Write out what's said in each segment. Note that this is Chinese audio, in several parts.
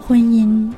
婚姻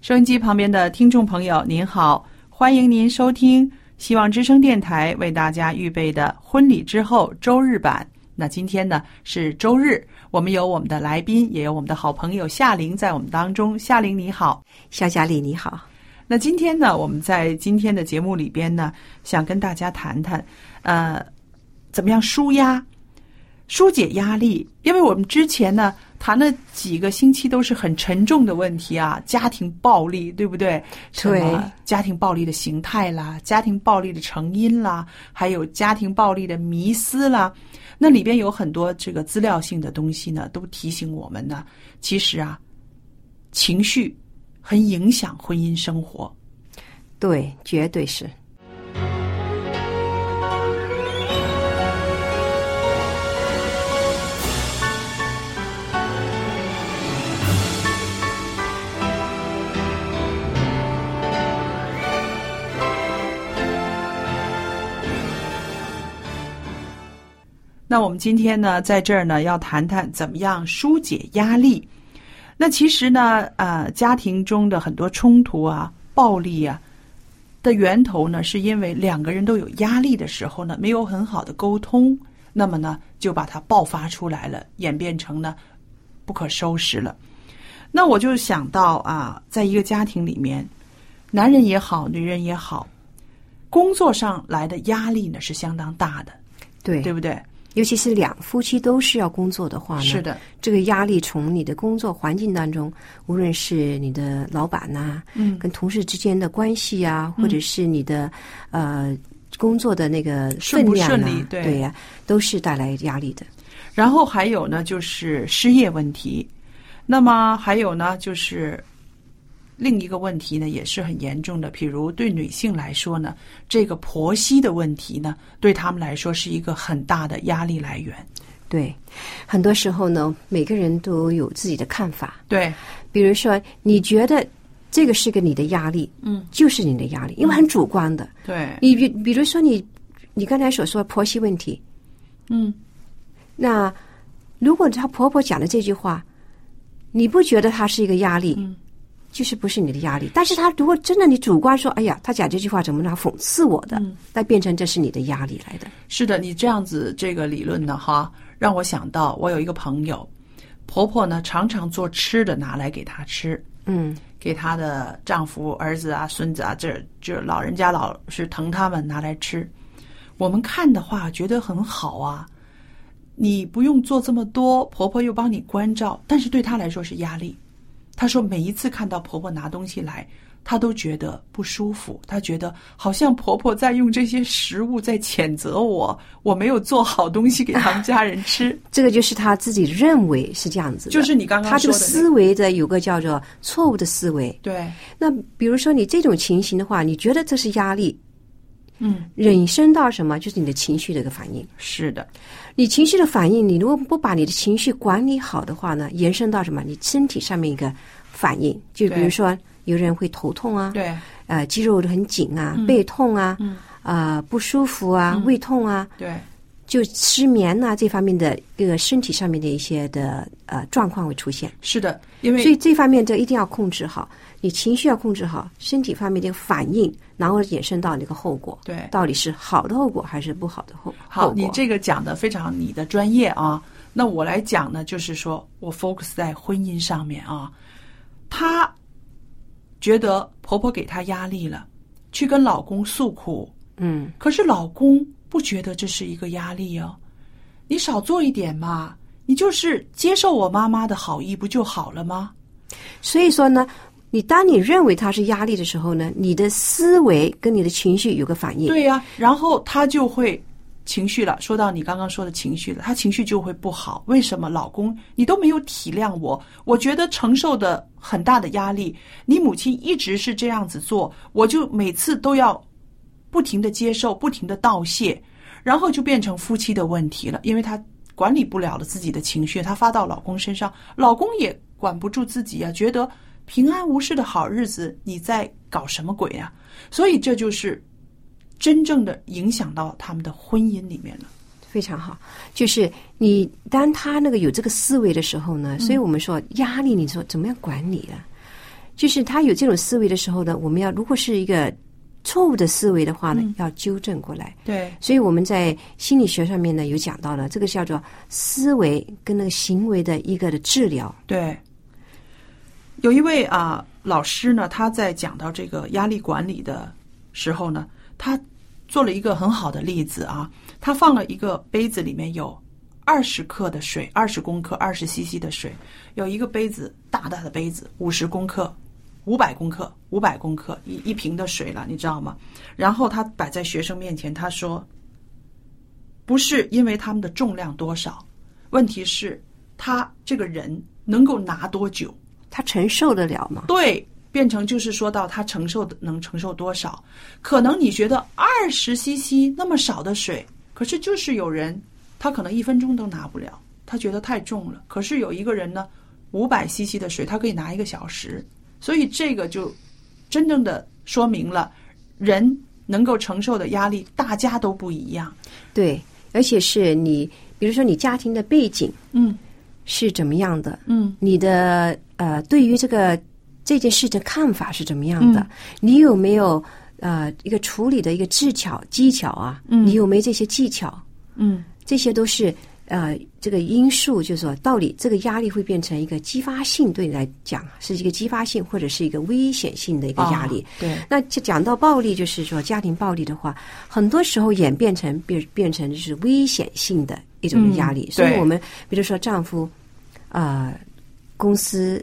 收音机旁边的听众朋友，您好，欢迎您收听希望之声电台为大家预备的婚礼之后周日版。那今天呢是周日，我们有我们的来宾，也有我们的好朋友夏玲在我们当中。夏玲你好，小佳丽你好，那今天呢，我们在今天的节目里边呢，想跟大家谈谈，呃，怎么样舒压、疏解压力？因为我们之前呢谈了几个星期都是很沉重的问题啊，家庭暴力，对不对？什么对家庭暴力的形态啦，家庭暴力的成因啦，还有家庭暴力的迷思啦。那里边有很多这个资料性的东西呢，都提醒我们呢，其实啊，情绪很影响婚姻生活。对，绝对是。那我们今天呢，在这儿呢，要谈谈怎么样疏解压力。那其实呢，呃，家庭中的很多冲突啊、暴力啊的源头呢，是因为两个人都有压力的时候呢，没有很好的沟通，那么呢，就把它爆发出来了，演变成呢不可收拾了。那我就想到啊，在一个家庭里面，男人也好，女人也好，工作上来的压力呢是相当大的，对，对不对？尤其是两夫妻都是要工作的话呢，是，的，这个压力从你的工作环境当中，无论是你的老板呐、嗯，跟同事之间的关系啊，或者是你的呃工作的那个顺分不量啊，顺利对对呀、都是带来压力的。然后还有呢，就是失业问题。那么还有呢，就是另一个问题呢，也是很严重的。譬如对女性来说呢，这个婆媳的问题呢，对她们来说是一个很大的压力来源。对，很多时候呢，每个人都有自己的看法。对，比如说，你觉得这个是个你的压力，嗯，就是你的压力，因为很主观的。对，你比比如说你，你刚才所说的婆媳问题，嗯，那如果她婆婆讲的这句话，你不觉得她是一个压力，嗯就是不是你的压力。但是她如果真的你主观说，哎呀，她讲这句话怎么能讽刺我的，嗯那变成这是你的压力来的。是的，你这样子这个理论呢，哈，让我想到我有一个朋友，婆婆呢常常做吃的拿来给她吃，嗯，给她的丈夫、儿子啊、孙子啊，这这老人家老是疼他们拿来吃。我们看的话觉得很好啊，你不用做这么多，婆婆又帮你关照，但是对她来说是压力。她说每一次看到婆婆拿东西来，她都觉得不舒服，她觉得好像婆婆在用这些食物在谴责我，我没有做好东西给他们家人吃。这个就是她自己认为是这样子的，就是你刚刚她这个说的那思维的有个叫做错误的思维。对，那比如说你这种情形的话，你觉得这是压力，嗯，引申到什么？就是你的情绪的一个反应。是的，你情绪的反应，你如果不把你的情绪管理好的话呢，延伸到什么？你身体上面一个反应，就比对如说有人会头痛啊，对嗯呃，肌肉很紧啊，背痛啊，啊、不舒服啊，胃痛啊，对，就失眠呐、这方面的这个身体上面的一些的呃状况会出现。是的，因为所以这方面就一定要控制好，你情绪要控制好，身体方面的反应，然后衍生到那个后果，对到底是好的后果还是不好的后后好，果？你这个讲的非常你的专业啊。那我来讲呢，就是说我 focus 在婚姻上面啊。她觉得婆婆给她压力了，去跟老公诉苦，嗯可是老公不觉得这是一个压力哦。你少做一点嘛，你就是接受我妈妈的好意不就好了吗？所以说呢，你当你认为它是压力的时候呢，你的思维跟你的情绪有个反应。对呀、然后她就会情绪了。说到你刚刚说的情绪了，她情绪就会不好。为什么？老公，你都没有体谅我，我觉得承受的很大的压力。你母亲一直是这样子做，我就每次都要不停的接受，不停的道谢，然后就变成夫妻的问题了，因为她管理不了了自己的情绪，她发到老公身上，老公也管不住自己啊，觉得平安无事的好日子，你在搞什么鬼啊？所以这就是真正的影响到他们的婚姻里面了。非常好，就是你当他那个有这个思维的时候嗯呢，所以我们说压力，你说怎么样管理呢？就是他有这种思维的时候呢，我们要如果是一个错误的思维的话呢，嗯要纠正过来。对所以我们在心理学上面呢有讲到了，这个叫做思维跟那个行为的一个的治疗。对，有一位啊老师呢，他在讲到这个压力管理的时候呢，他做了一个很好的例子啊，他放了一个杯子，里面有二十克的水，二十公克，二十 CC 的水，有一个杯子，大大的杯子，五十公克。五百公克，五百公克一一瓶的水了，你知道吗？然后他摆在学生面前，他说：“不是因为他们的重量多少，问题是他这个人能够拿多久。他承受得了吗？对，变成就是说到他承受的能承受多少，可能你觉得二十 CC 那么少的水，可是就是有人他可能一分钟都拿不了，他觉得太重了。可是有一个人呢，五百 CC 的水他可以拿一个小时，所以这个就真正的说明了人能够承受的压力大家都不一样。对，而且是你，比如说你家庭的背景嗯是怎么样的，嗯。你的呃对于这个这件事的看法是怎么样的，嗯你有没有呃一个处理的一个技巧技巧啊？嗯你有没有这些技巧？嗯这些都是呃这个因素，就是说到底这个压力会变成一个激发性，对你来讲是一个激发性或者是一个危险性的一个压力。哦对那就讲到暴力，就是说家庭暴力的话，很多时候演变成变变成就是危险性的一种压力。嗯所以对我们比如说丈夫，呃，公司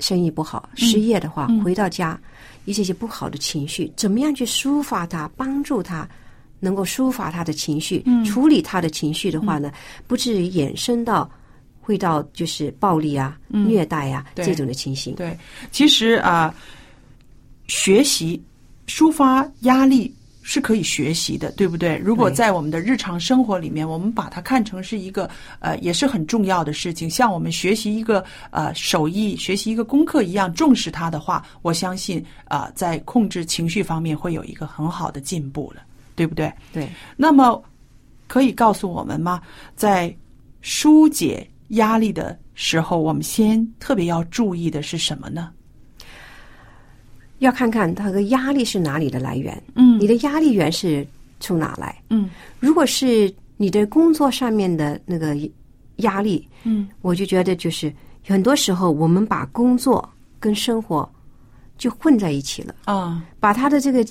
生意不好，失业的话，嗯回到家一些些不好的情绪，怎么样去抒发它，帮助他。能够抒发他的情绪，嗯处理他的情绪的话呢，不至于衍生到会到就是暴力啊、虐待啊嗯对这种的情形。对，其实啊、学习抒发压力是可以学习的，对不对？如果对在我们的日常生活里面，我们把它看成是一个呃，也是很重要的事情，像我们学习一个呃手艺、学习一个功课一样重视它的话，我相信啊、在控制情绪方面会有一个很好的进步了，对不对？对那么，可以告诉我们吗？在疏解压力的时候，我们先特别要注意的是什么呢？要看看他的压力是哪里的来源，嗯你的压力源是从哪来？嗯如果是你的工作上面的那个压力，嗯，我就觉得就是很多时候我们把工作跟生活就混在一起了，啊，把他的这个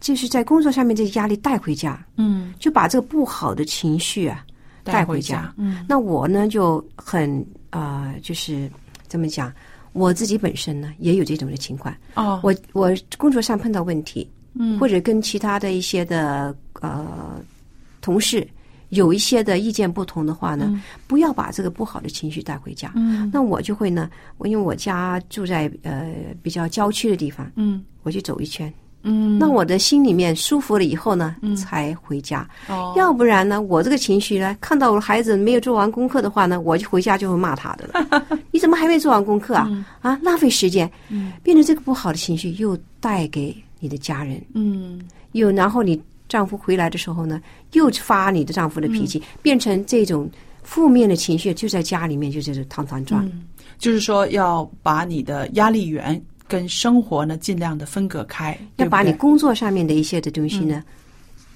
就是在工作上面这压力带回家，嗯，就把这个不好的情绪啊带回家。嗯那我呢就很啊、呃就是怎么讲，我自己本身呢也有这种的情况。啊，我我工作上碰到问题，嗯或者跟其他的一些的呃同事有一些的意见不同的话呢，不要把这个不好的情绪带回家。嗯那我就会呢，我因为我家住在呃比较郊区的地方，嗯我去走一圈，嗯，那我的心里面舒服了以后呢，才回家。哦要不然呢，我这个情绪呢，看到我的孩子没有做完功课的话呢，我就回家就会骂他的 了。你怎么还没做完功课啊？嗯啊，浪费时间，变成这个不好的情绪又带给你的家人，嗯又然后你丈夫回来的时候呢，又发你的丈夫的脾气，嗯变成这种负面的情绪就在家里面就在这堂堂转。嗯，就是说要把你的压力源跟生活呢尽量的分隔开，要把你对不对工作上面的一些的东西呢，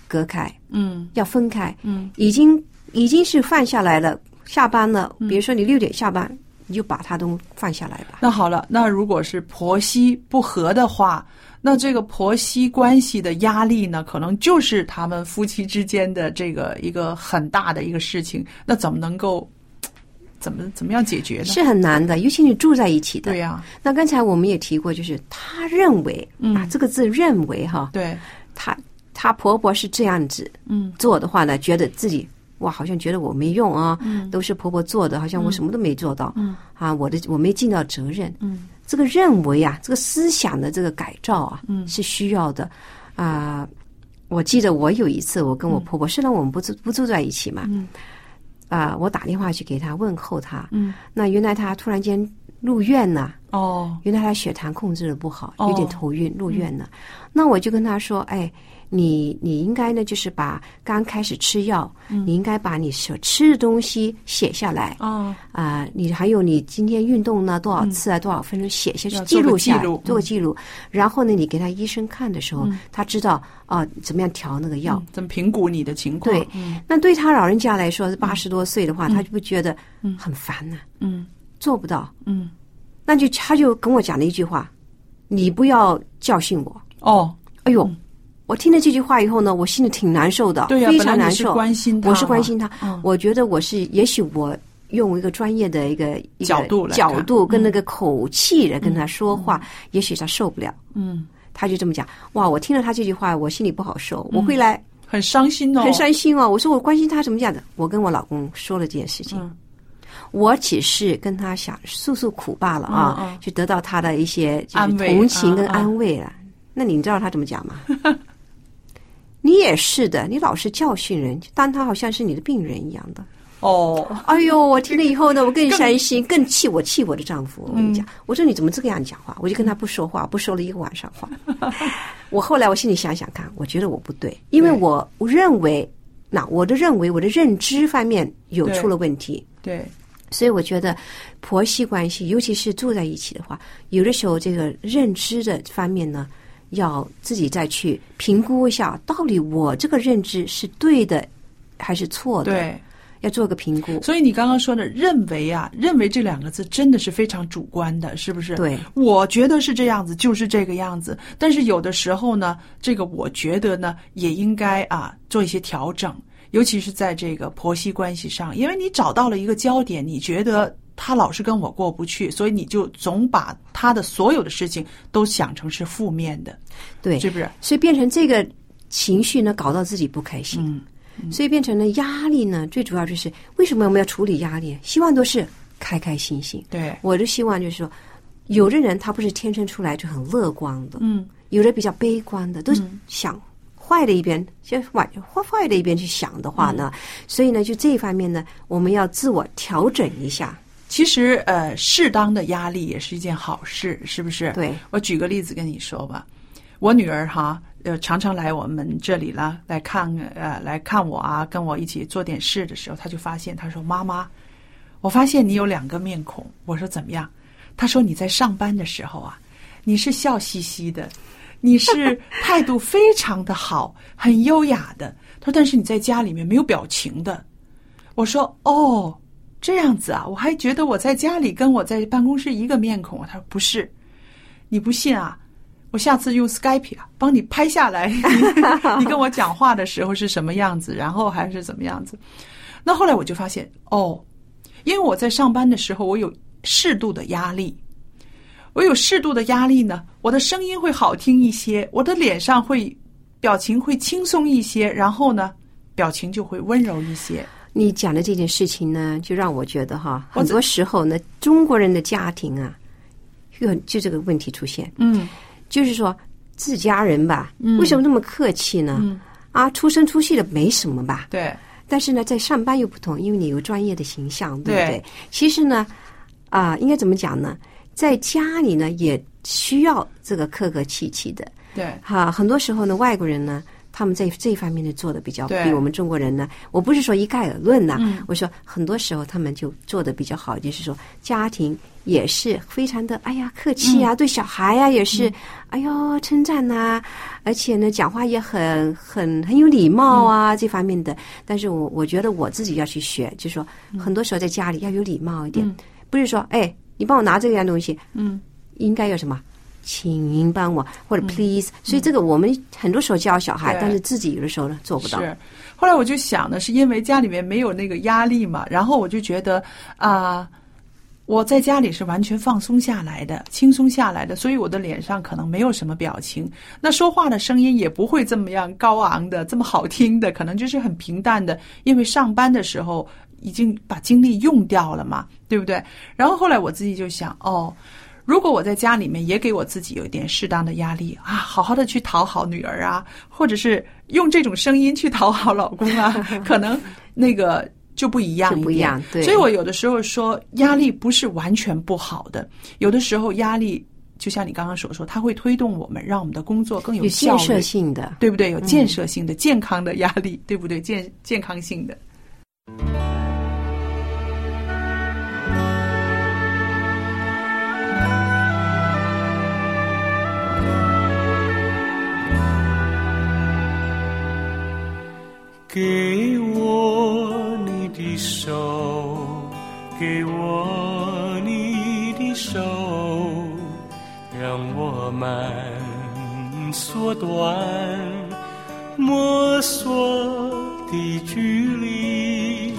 隔开，嗯要分开。嗯已经已经是放下来了，下班了，嗯比如说你六点下班，你就把它都放下来吧。那好了，那如果是婆媳不和的话，那这个婆媳关系的压力呢，可能就是他们夫妻之间的这个一个很大的一个事情。那怎么能够怎么怎么样解决呢？是很难的，尤其你住在一起的对。呀、那刚才我们也提过，就是他认为、嗯啊，这个字认为哈，对，他他婆婆是这样子嗯做的话呢，觉得自己哇，好像觉得我没用啊，嗯都是婆婆做的，好像我什么都没做到、嗯啊，我的我没尽到责任。嗯这个认为啊，这个思想的这个改造啊，嗯是需要的啊、我记得我有一次，我跟我婆婆，虽然我们不住不住在一起嘛，嗯啊、我打电话去给她问候她，嗯，那原来她突然间入院了，哦，原来她血糖控制的不好，哦有点头晕，入院了。那我就跟她说，哎。你你应该呢，就是把刚开始吃药，嗯你应该把你所吃的东西写下来，哦，啊、你还有你今天运动呢多少次啊，多少分钟写下去嗯要记做个录下来记录，嗯做个记录。然后呢，你给他医生看的时候，他知道啊、怎么样调那个药。怎么评估你的情况？对嗯那对他老人家来说，八十多岁的话，他就不觉得嗯很烦呐、嗯做不到。嗯，那就他就跟我讲了一句话：“你不要教训我。哦，”哎呦，我听了这句话以后呢，我心里挺难受的，对呀、非本来常你难是受。关心他，我是关，心他，嗯我觉得我是，也许我用一个专业的一个一个角度来看角度跟那个口气来跟他说话，也许他受不了，嗯，他就这么讲。哇，我听了他这句话，我心里不好受，嗯我会来很伤心哦，很伤心哦。我说我关心他什么样的？我跟我老公说了这件事情，嗯我只是跟他想诉诉苦罢了啊，嗯嗯就得到他的一些就是安慰同情跟嗯嗯安慰了。那你知道他怎么讲吗？ 你也是的，你老是教训人，就当他好像是你的病人一样的。哦，哎呦，我听了以后呢，我更伤心，更气我气我的丈夫。嗯我跟你讲，我说你怎么这个样讲话？我就跟他不说话，不说了一个晚上话。 我后来我心里想想看，我觉得我不对，因为对我认为，那我的认为，我的认知方面有对出了问题。对，所以我觉得，婆媳关系，尤其是住在一起的话，有的时候这个认知的方面呢，要自己再去评估一下，到底我这个认知是对的还是错的，对，要做个评估。所以你刚刚说的“认为”啊，“认为”这两个字真的是非常主观的，是不是？对，我觉得是这样子，就是这个样子。但是有的时候呢，这个我觉得呢，也应该啊做一些调整，尤其是在这个婆媳关系上，因为你找到了一个焦点，你觉得。他老是跟我过不去，所以你就总把他的所有的事情都想成是负面的，对，是不是？所以变成这个情绪呢，搞到自己不开心，嗯所以变成了压力呢。最主要就是为什么我们要处理压力？希望都是开开心心。对，我的希望就是说，有的人他不是天生出来就很乐观的，嗯有的比较悲观的，都是想坏的一边，就往坏坏的一边去想的话嗯呢，所以呢，就这一方面呢，我们要自我调整一下。其实呃，适当的压力也是一件好事，是不是？对，我举个例子跟你说吧，我女儿哈，呃，常常来我们这里啦，来看呃，来看我啊，跟我一起做点事的时候，她就发现，她说：“妈妈，我发现你有两个面孔。”我说：“怎么样？”她说：“你在上班的时候啊，你是笑嘻嘻的，你是态度非常的好，很优雅的。”她说：“但是你在家里面没有表情的。”我说：“哦，这样子啊，我还觉得我在家里跟我在办公室一个面孔。”她说：“不是，你不信啊？我下次用 Skype 啊，帮你拍下来 你，你跟我讲话的时候是什么样子，然后还是怎么样子。那后来我就发现，哦，因为我在上班的时候，我有适度的压力，我有适度的压力呢，我的声音会好听一些，我的脸上会表情会轻松一些，然后呢，表情就会温柔一些。你讲的这件事情呢，就让我觉得哈，我很多时候呢，中国人的家庭啊，有就这个问题出现，嗯就是说自家人吧，为什么那么客气呢？嗯啊，出生出息的没什么吧？对，但是呢，在上班又不同，因为你有专业的形象，对不对？对其实呢，啊、应该怎么讲呢？在家里呢，也需要这个客客气气的。对，哈、很多时候呢，外国人呢，他们在这一方面呢做的比较对比我们中国人呢，我不是说一概而论呐、我说很多时候他们就做的比较好，就是说家庭也是非常的，哎呀客气嗯啊，对小孩呀、也是，哎呦称赞呐、而且呢讲话也很很很有礼貌啊、嗯这方面的。但是我我觉得我自己要去学，就是说嗯很多时候在家里要有礼貌一点，不是说哎你帮我拿这样东西，嗯，应该要什么？请您帮我，或者 please，、所以这个我们很多时候教小孩，嗯对但是自己有的时候呢做不到。是。后来我就想呢，是因为家里面没有那个压力嘛，然后我就觉得啊、我在家里是完全放松下来的，轻松下来的，所以我的脸上可能没有什么表情，那说话的声音也不会这么样高昂的，这么好听的，可能就是很平淡的，因为上班的时候已经把精力用掉了嘛，对不对？然后后来我自己就想，哦。如果我在家里面也给我自己有一点适当的压力啊，好好的去讨好女儿啊，或者是用这种声音去讨好老公啊，可能那个就不一样就不一点样对所以我有的时候说压力不是完全不好的，有的时候压力就像你刚刚所说，它会推动我们，让我们的工作更有效建率设，性嗯的，对不对？有建设性的、健康的压力，对不对？健健康性的。给我你的手，给我你的手，让我们缩短摸索的距离。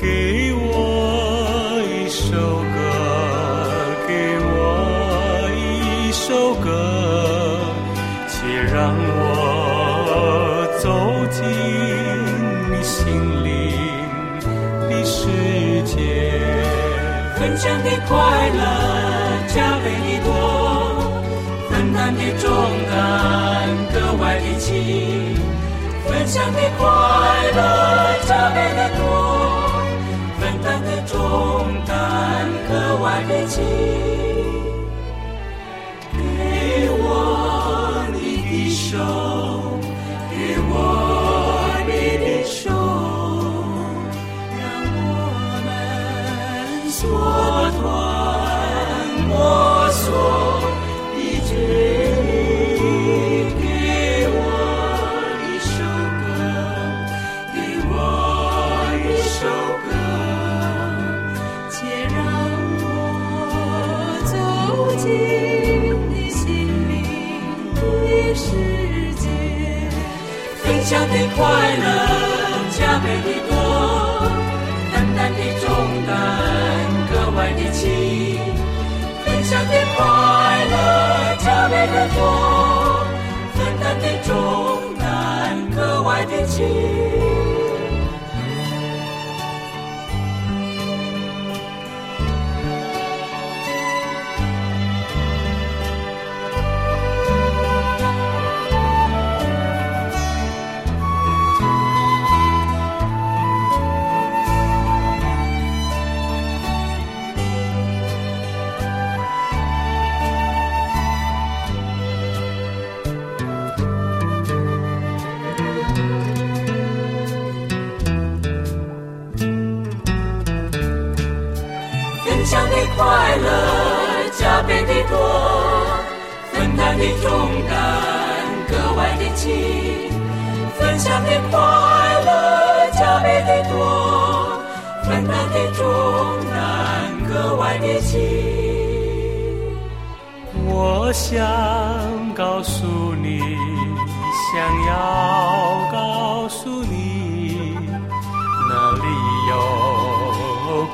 给我一首歌，给我一首歌，且让我走进你心灵的世界。分享的快乐加倍的多，分担的重担格外的轻。分享的快乐加倍的多，分担的重担格外的轻。给我你的手，给我你的手，让我们缩短摸索的距离。给我一首歌，给我一首歌。且让我走进你心灵的世界，分享的快乐加倍的多，担担的重担格外的轻，分享的快乐加倍的多，分担的重担格外的轻。分享的快乐加倍的多，分担的重担格外的轻。分享的快乐加倍的多，分担的重担格外的轻。我想告诉你，想要告诉你，哪里有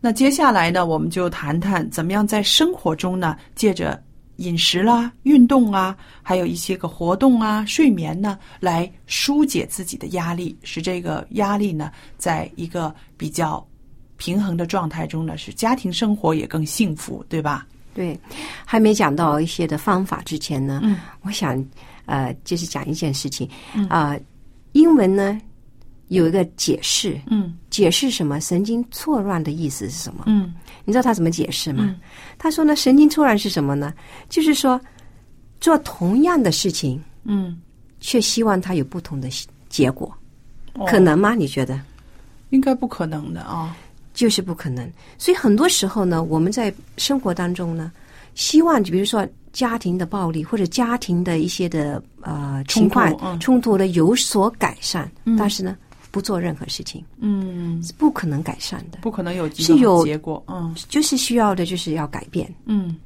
那接下来呢，我们就谈谈怎么样在生活中呢，借着饮食啦、运动啊，还有一些个活动啊、睡眠呢，来疏解自己的压力，使这个压力呢，在一个比较平衡的状态中呢，使家庭生活也更幸福，对吧？对，还没讲到一些的方法之前呢，我想呃，就是讲一件事情啊、英文呢有一个解释，嗯解释什么神经错乱的意思是什么？嗯你知道他怎么解释吗？他说呢，神经错乱是什么呢？就是说做同样的事情，嗯，却希望它有不同的结果，哦可能吗？你觉得？应该不可能的啊、就是不可能。所以很多时候呢，我们在生活当中呢，希望比如说家庭的暴力或者家庭的一些的呃情况冲突嗯冲突呢有所改善，但是呢不做任何事情嗯，是不可能改善的，不可能有一个是有好结果，嗯就是需要的就是要改变嗯，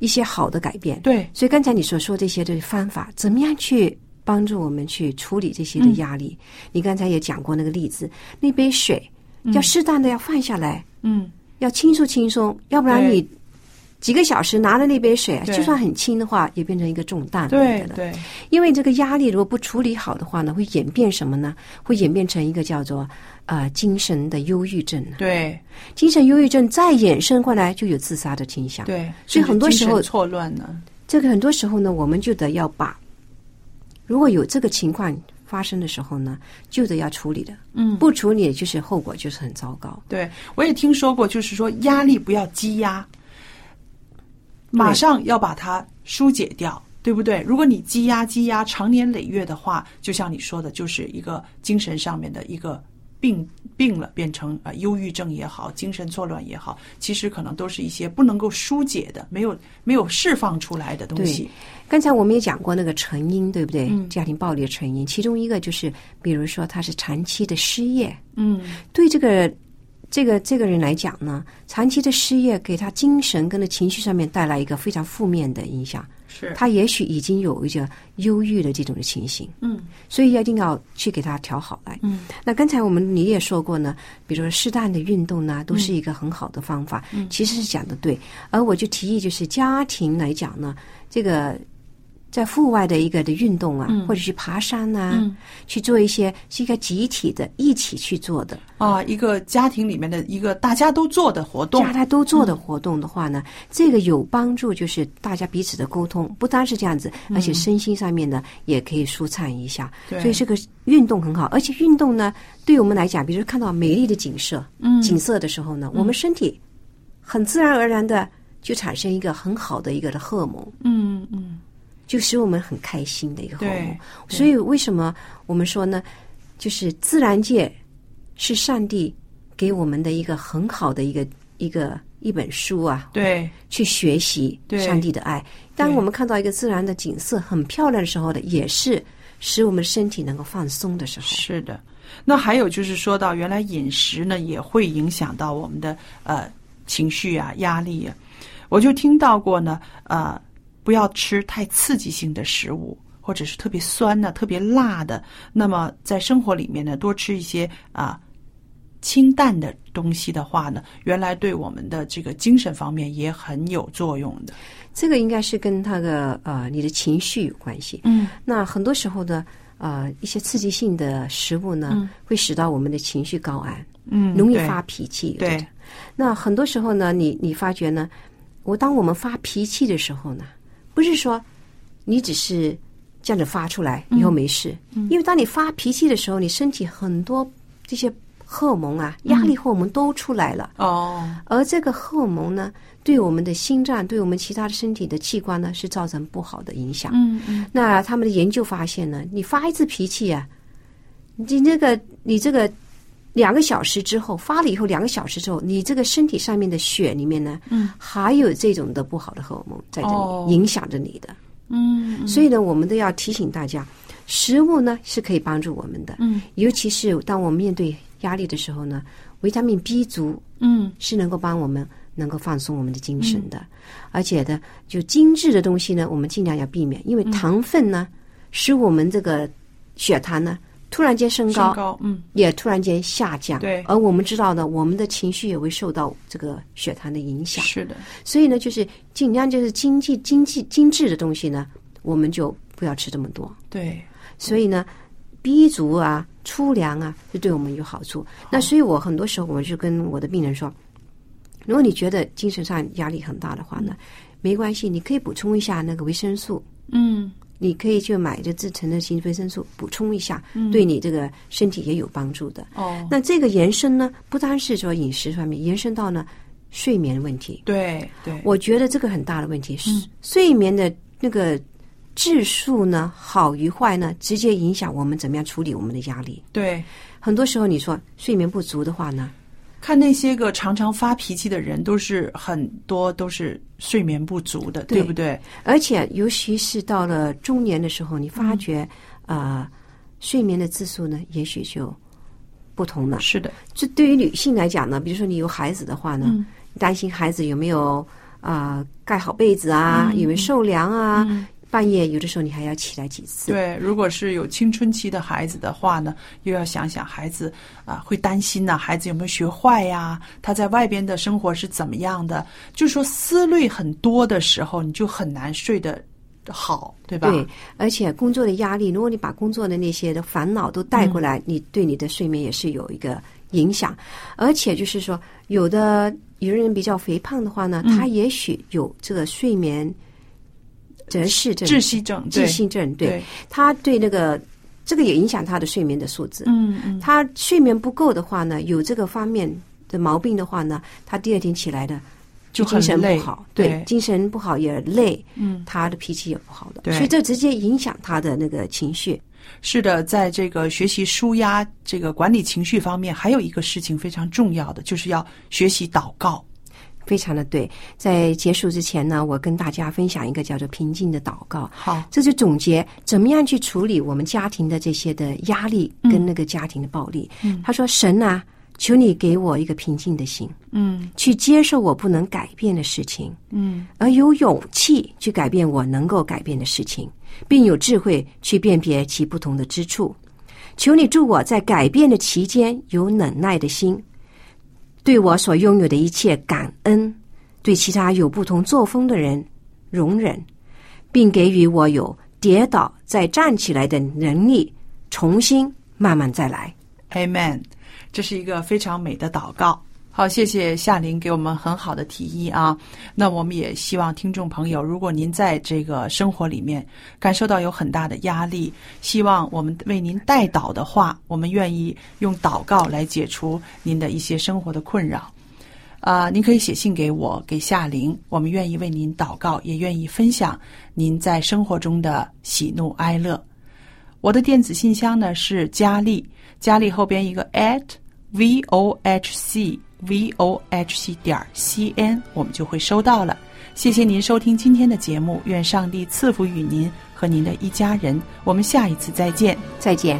一些好的改变。对，所以刚才你所说这些的方法，怎么样去帮助我们去处理这些嗯的压力？你刚才也讲过那个例子，那杯水要适当的要放下来，嗯要轻松轻松，要不然对你几个小时拿着那杯水啊，对就算很轻的话，也变成一个重担了。对你觉得对，因为这个压力如果不处理好的话呢，会演变什么呢？会演变成一个叫做呃精神的忧郁症啊。对精神忧郁症再衍生过来就有自杀的倾向。，对，所以很多甚至时候精神错乱呢，这个很多时候呢，我们就得要把如果有这个情况发生的时候呢，就得要处理的。嗯不处理就是后果就是很糟糕。对，我也听说过，就是说压力不要积压，马上要把它疏解掉，对不对？如果你积压积压，长年累月的话，就像你说的，就是一个精神上面的一个病病了，变成啊、呃忧郁症也好，精神错乱也好，其实可能都是一些不能够疏解的，没有没有释放出来的东西。刚才我们也讲过那个成因，对不对？嗯家庭暴力的成因，其中一个就是，比如说他是长期的失业，嗯，对这个这个这个人来讲呢，长期的失业给他精神跟他情绪上面带来一个非常负面的影响。是，他也许已经有一个忧郁的这种情形，嗯所以一定要去给他调好来。嗯那刚才我们你也说过呢，比如说适当的运动呢，嗯都是一个很好的方法。嗯，其实是讲的对。而我就提议，就是家庭来讲呢，这个在户外的一个的运动啊，或者去爬山呐、嗯去做一些是一个集体的，一起去做的，啊，一个家庭里面的一个大家都做的活动大，家都做的活动的话呢，这个有帮助，就是大家彼此的沟通，不单是这样子，而且身心上面呢也可以舒畅一下。嗯对所以这个运动很好，而且运动呢，对我们来讲，比如看到美丽的景色，嗯，景色的时候呢，我们身体很自然而然的就产生一个很好的一个的荷尔蒙，嗯嗯，就使我们很开心的一个荷尔蒙对。所以为什么我们说呢？就是自然界是上帝给我们的一个很好的一个一个一本书啊，对去学习对上帝的爱。当我们看到一个自然的景色很漂亮的时候呢，也是使我们身体能够放松的时候。是的，那还有就是说到原来饮食呢也会影响到我们的呃情绪啊、压力啊。我就听到过呢，呃，不要吃太刺激性的食物，或者是特别酸的、特别辣的。那么在生活里面呢，多吃一些啊、清淡的东西的话呢，原来对我们的这个精神方面也很有作用的。这个应该是跟他的呃你的情绪有关系。嗯，那很多时候呢，呃，一些刺激性的食物呢，会使到我们的情绪高昂，嗯容易对发脾气。对，那很多时候呢，你你发觉呢，我当我们发脾气的时候呢，不是说你只是这样子发出来以后没事，因为当你发脾气的时候，你身体很多这些荷尔蒙啊、压力荷尔蒙都出来了，哦，而这个荷尔蒙呢，对我们的心脏、对我们其他的身体的器官呢，是造成不好的影响。嗯嗯，那他们的研究发现呢，你发一次脾气啊，你那个你这个两个小时之后发了以后，两个小时之后，你这个身体上面的血里面呢，嗯，还有这种的不好的荷尔蒙在这里、哦影响着你的，嗯所以呢，我们都要提醒大家，食物呢是可以帮助我们的，嗯，尤其是当我们面对压力的时候呢，维他命 B 族嗯是能够帮我们能够放松我们的精神的。而且呢，就精致的东西呢，我们尽量要避免，因为糖分呢，使我们这个血糖呢突然间升高，身高，嗯，也突然间下降。对而我们知道呢，我们的情绪也会受到这个血糖的影响。是的，所以呢，就是尽量就是经济、经济、精致的东西呢，我们就不要吃这么多。对，所以呢，B 族啊、粗粮啊，是对我们有好处。那所以我很多时候我就跟我的病人说，如果你觉得精神上压力很大的话呢，没关系，你可以补充一下那个维生素。嗯，你可以去买这制成的新维生素补充一下，对你这个身体也有帮助的。嗯哦，那这个延伸呢，不单是说饮食方面，延伸到呢睡眠问题。对对，我觉得这个很大的问题是、睡眠的那个质数呢，好与坏呢，直接影响我们怎么样处理我们的压力。对，很多时候你说睡眠不足的话呢，看那些个常常发脾气的人，都是很多都是睡眠不足的，对对不对？而且尤其是到了中年的时候，你发觉啊、呃睡眠的质数呢，也许就不同了。是的，这对于女性来讲呢，比如说你有孩子的话呢，嗯你担心孩子有没有啊、呃盖好被子啊，有没有受凉啊，半夜有的时候你还要起来几次。对。如果是有青春期的孩子的话呢，又要想想孩子啊、会担心呐、孩子有没有学坏呀、他在外边的生活是怎么样的？就说思虑很多的时候，你就很难睡得好，对吧？对，而且工作的压力，如果你把工作的那些的烦恼都带过来，嗯你对你的睡眠也是有一个影响。而且就是说，有的有的人比较肥胖的话呢，嗯他也许有这个睡眠折视症、窒息症，对窒息症，对对，他对那个这个也影响他的睡眠的素质。嗯嗯，他睡眠不够的话呢，有这个方面的毛病的话呢，他第二天起来呢就精很神累不好，对精神不好也累，嗯，他的脾气也不好的，对所以这直接影响他的那个情绪。是的，在这个学习舒压、这个管理情绪方面，还有一个事情非常重要的，就是要学习祷告。非常的对，在结束之前呢，我跟大家分享一个叫做平静的祷告。好，这就总结怎么样去处理我们家庭的这些的压力嗯跟那个家庭的暴力。他说：“神啊，求你给我一个平静的心，嗯去接受我不能改变的事情，嗯，而有勇气去改变我能够改变的事情，并有智慧去辨别其不同的之处。求你助我在改变的期间有忍耐的心，对我所拥有的一切感恩，对其他有不同作风的人容忍，并给予我有跌倒再站起来的能力，重新慢慢再来。 Amen，这是一个非常美的祷告。好，谢谢夏琳给我们很好的提议啊。那我们也希望听众朋友，如果您在这个生活里面感受到有很大的压力，希望我们为您带导的话，我们愿意用祷告来解除您的一些生活的困扰。啊、您可以写信给我，给夏琳，我们愿意为您祷告，也愿意分享您在生活中的喜怒哀乐。我的电子信箱呢是佳丽，佳丽后边一个 at v o h c v o h c 点 c n，我们就会收到了。谢谢您收听今天的节目，愿上帝赐福与您和您的一家人。我们下一次再见。再见。”